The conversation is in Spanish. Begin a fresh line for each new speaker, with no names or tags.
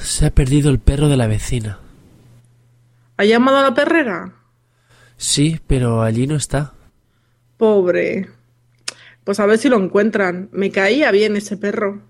Se ha perdido el perro de la vecina.
¿Ha llamado a la perrera?
Sí, pero allí no está.
Pobre. Pues a ver si lo encuentran. Me caía bien ese perro.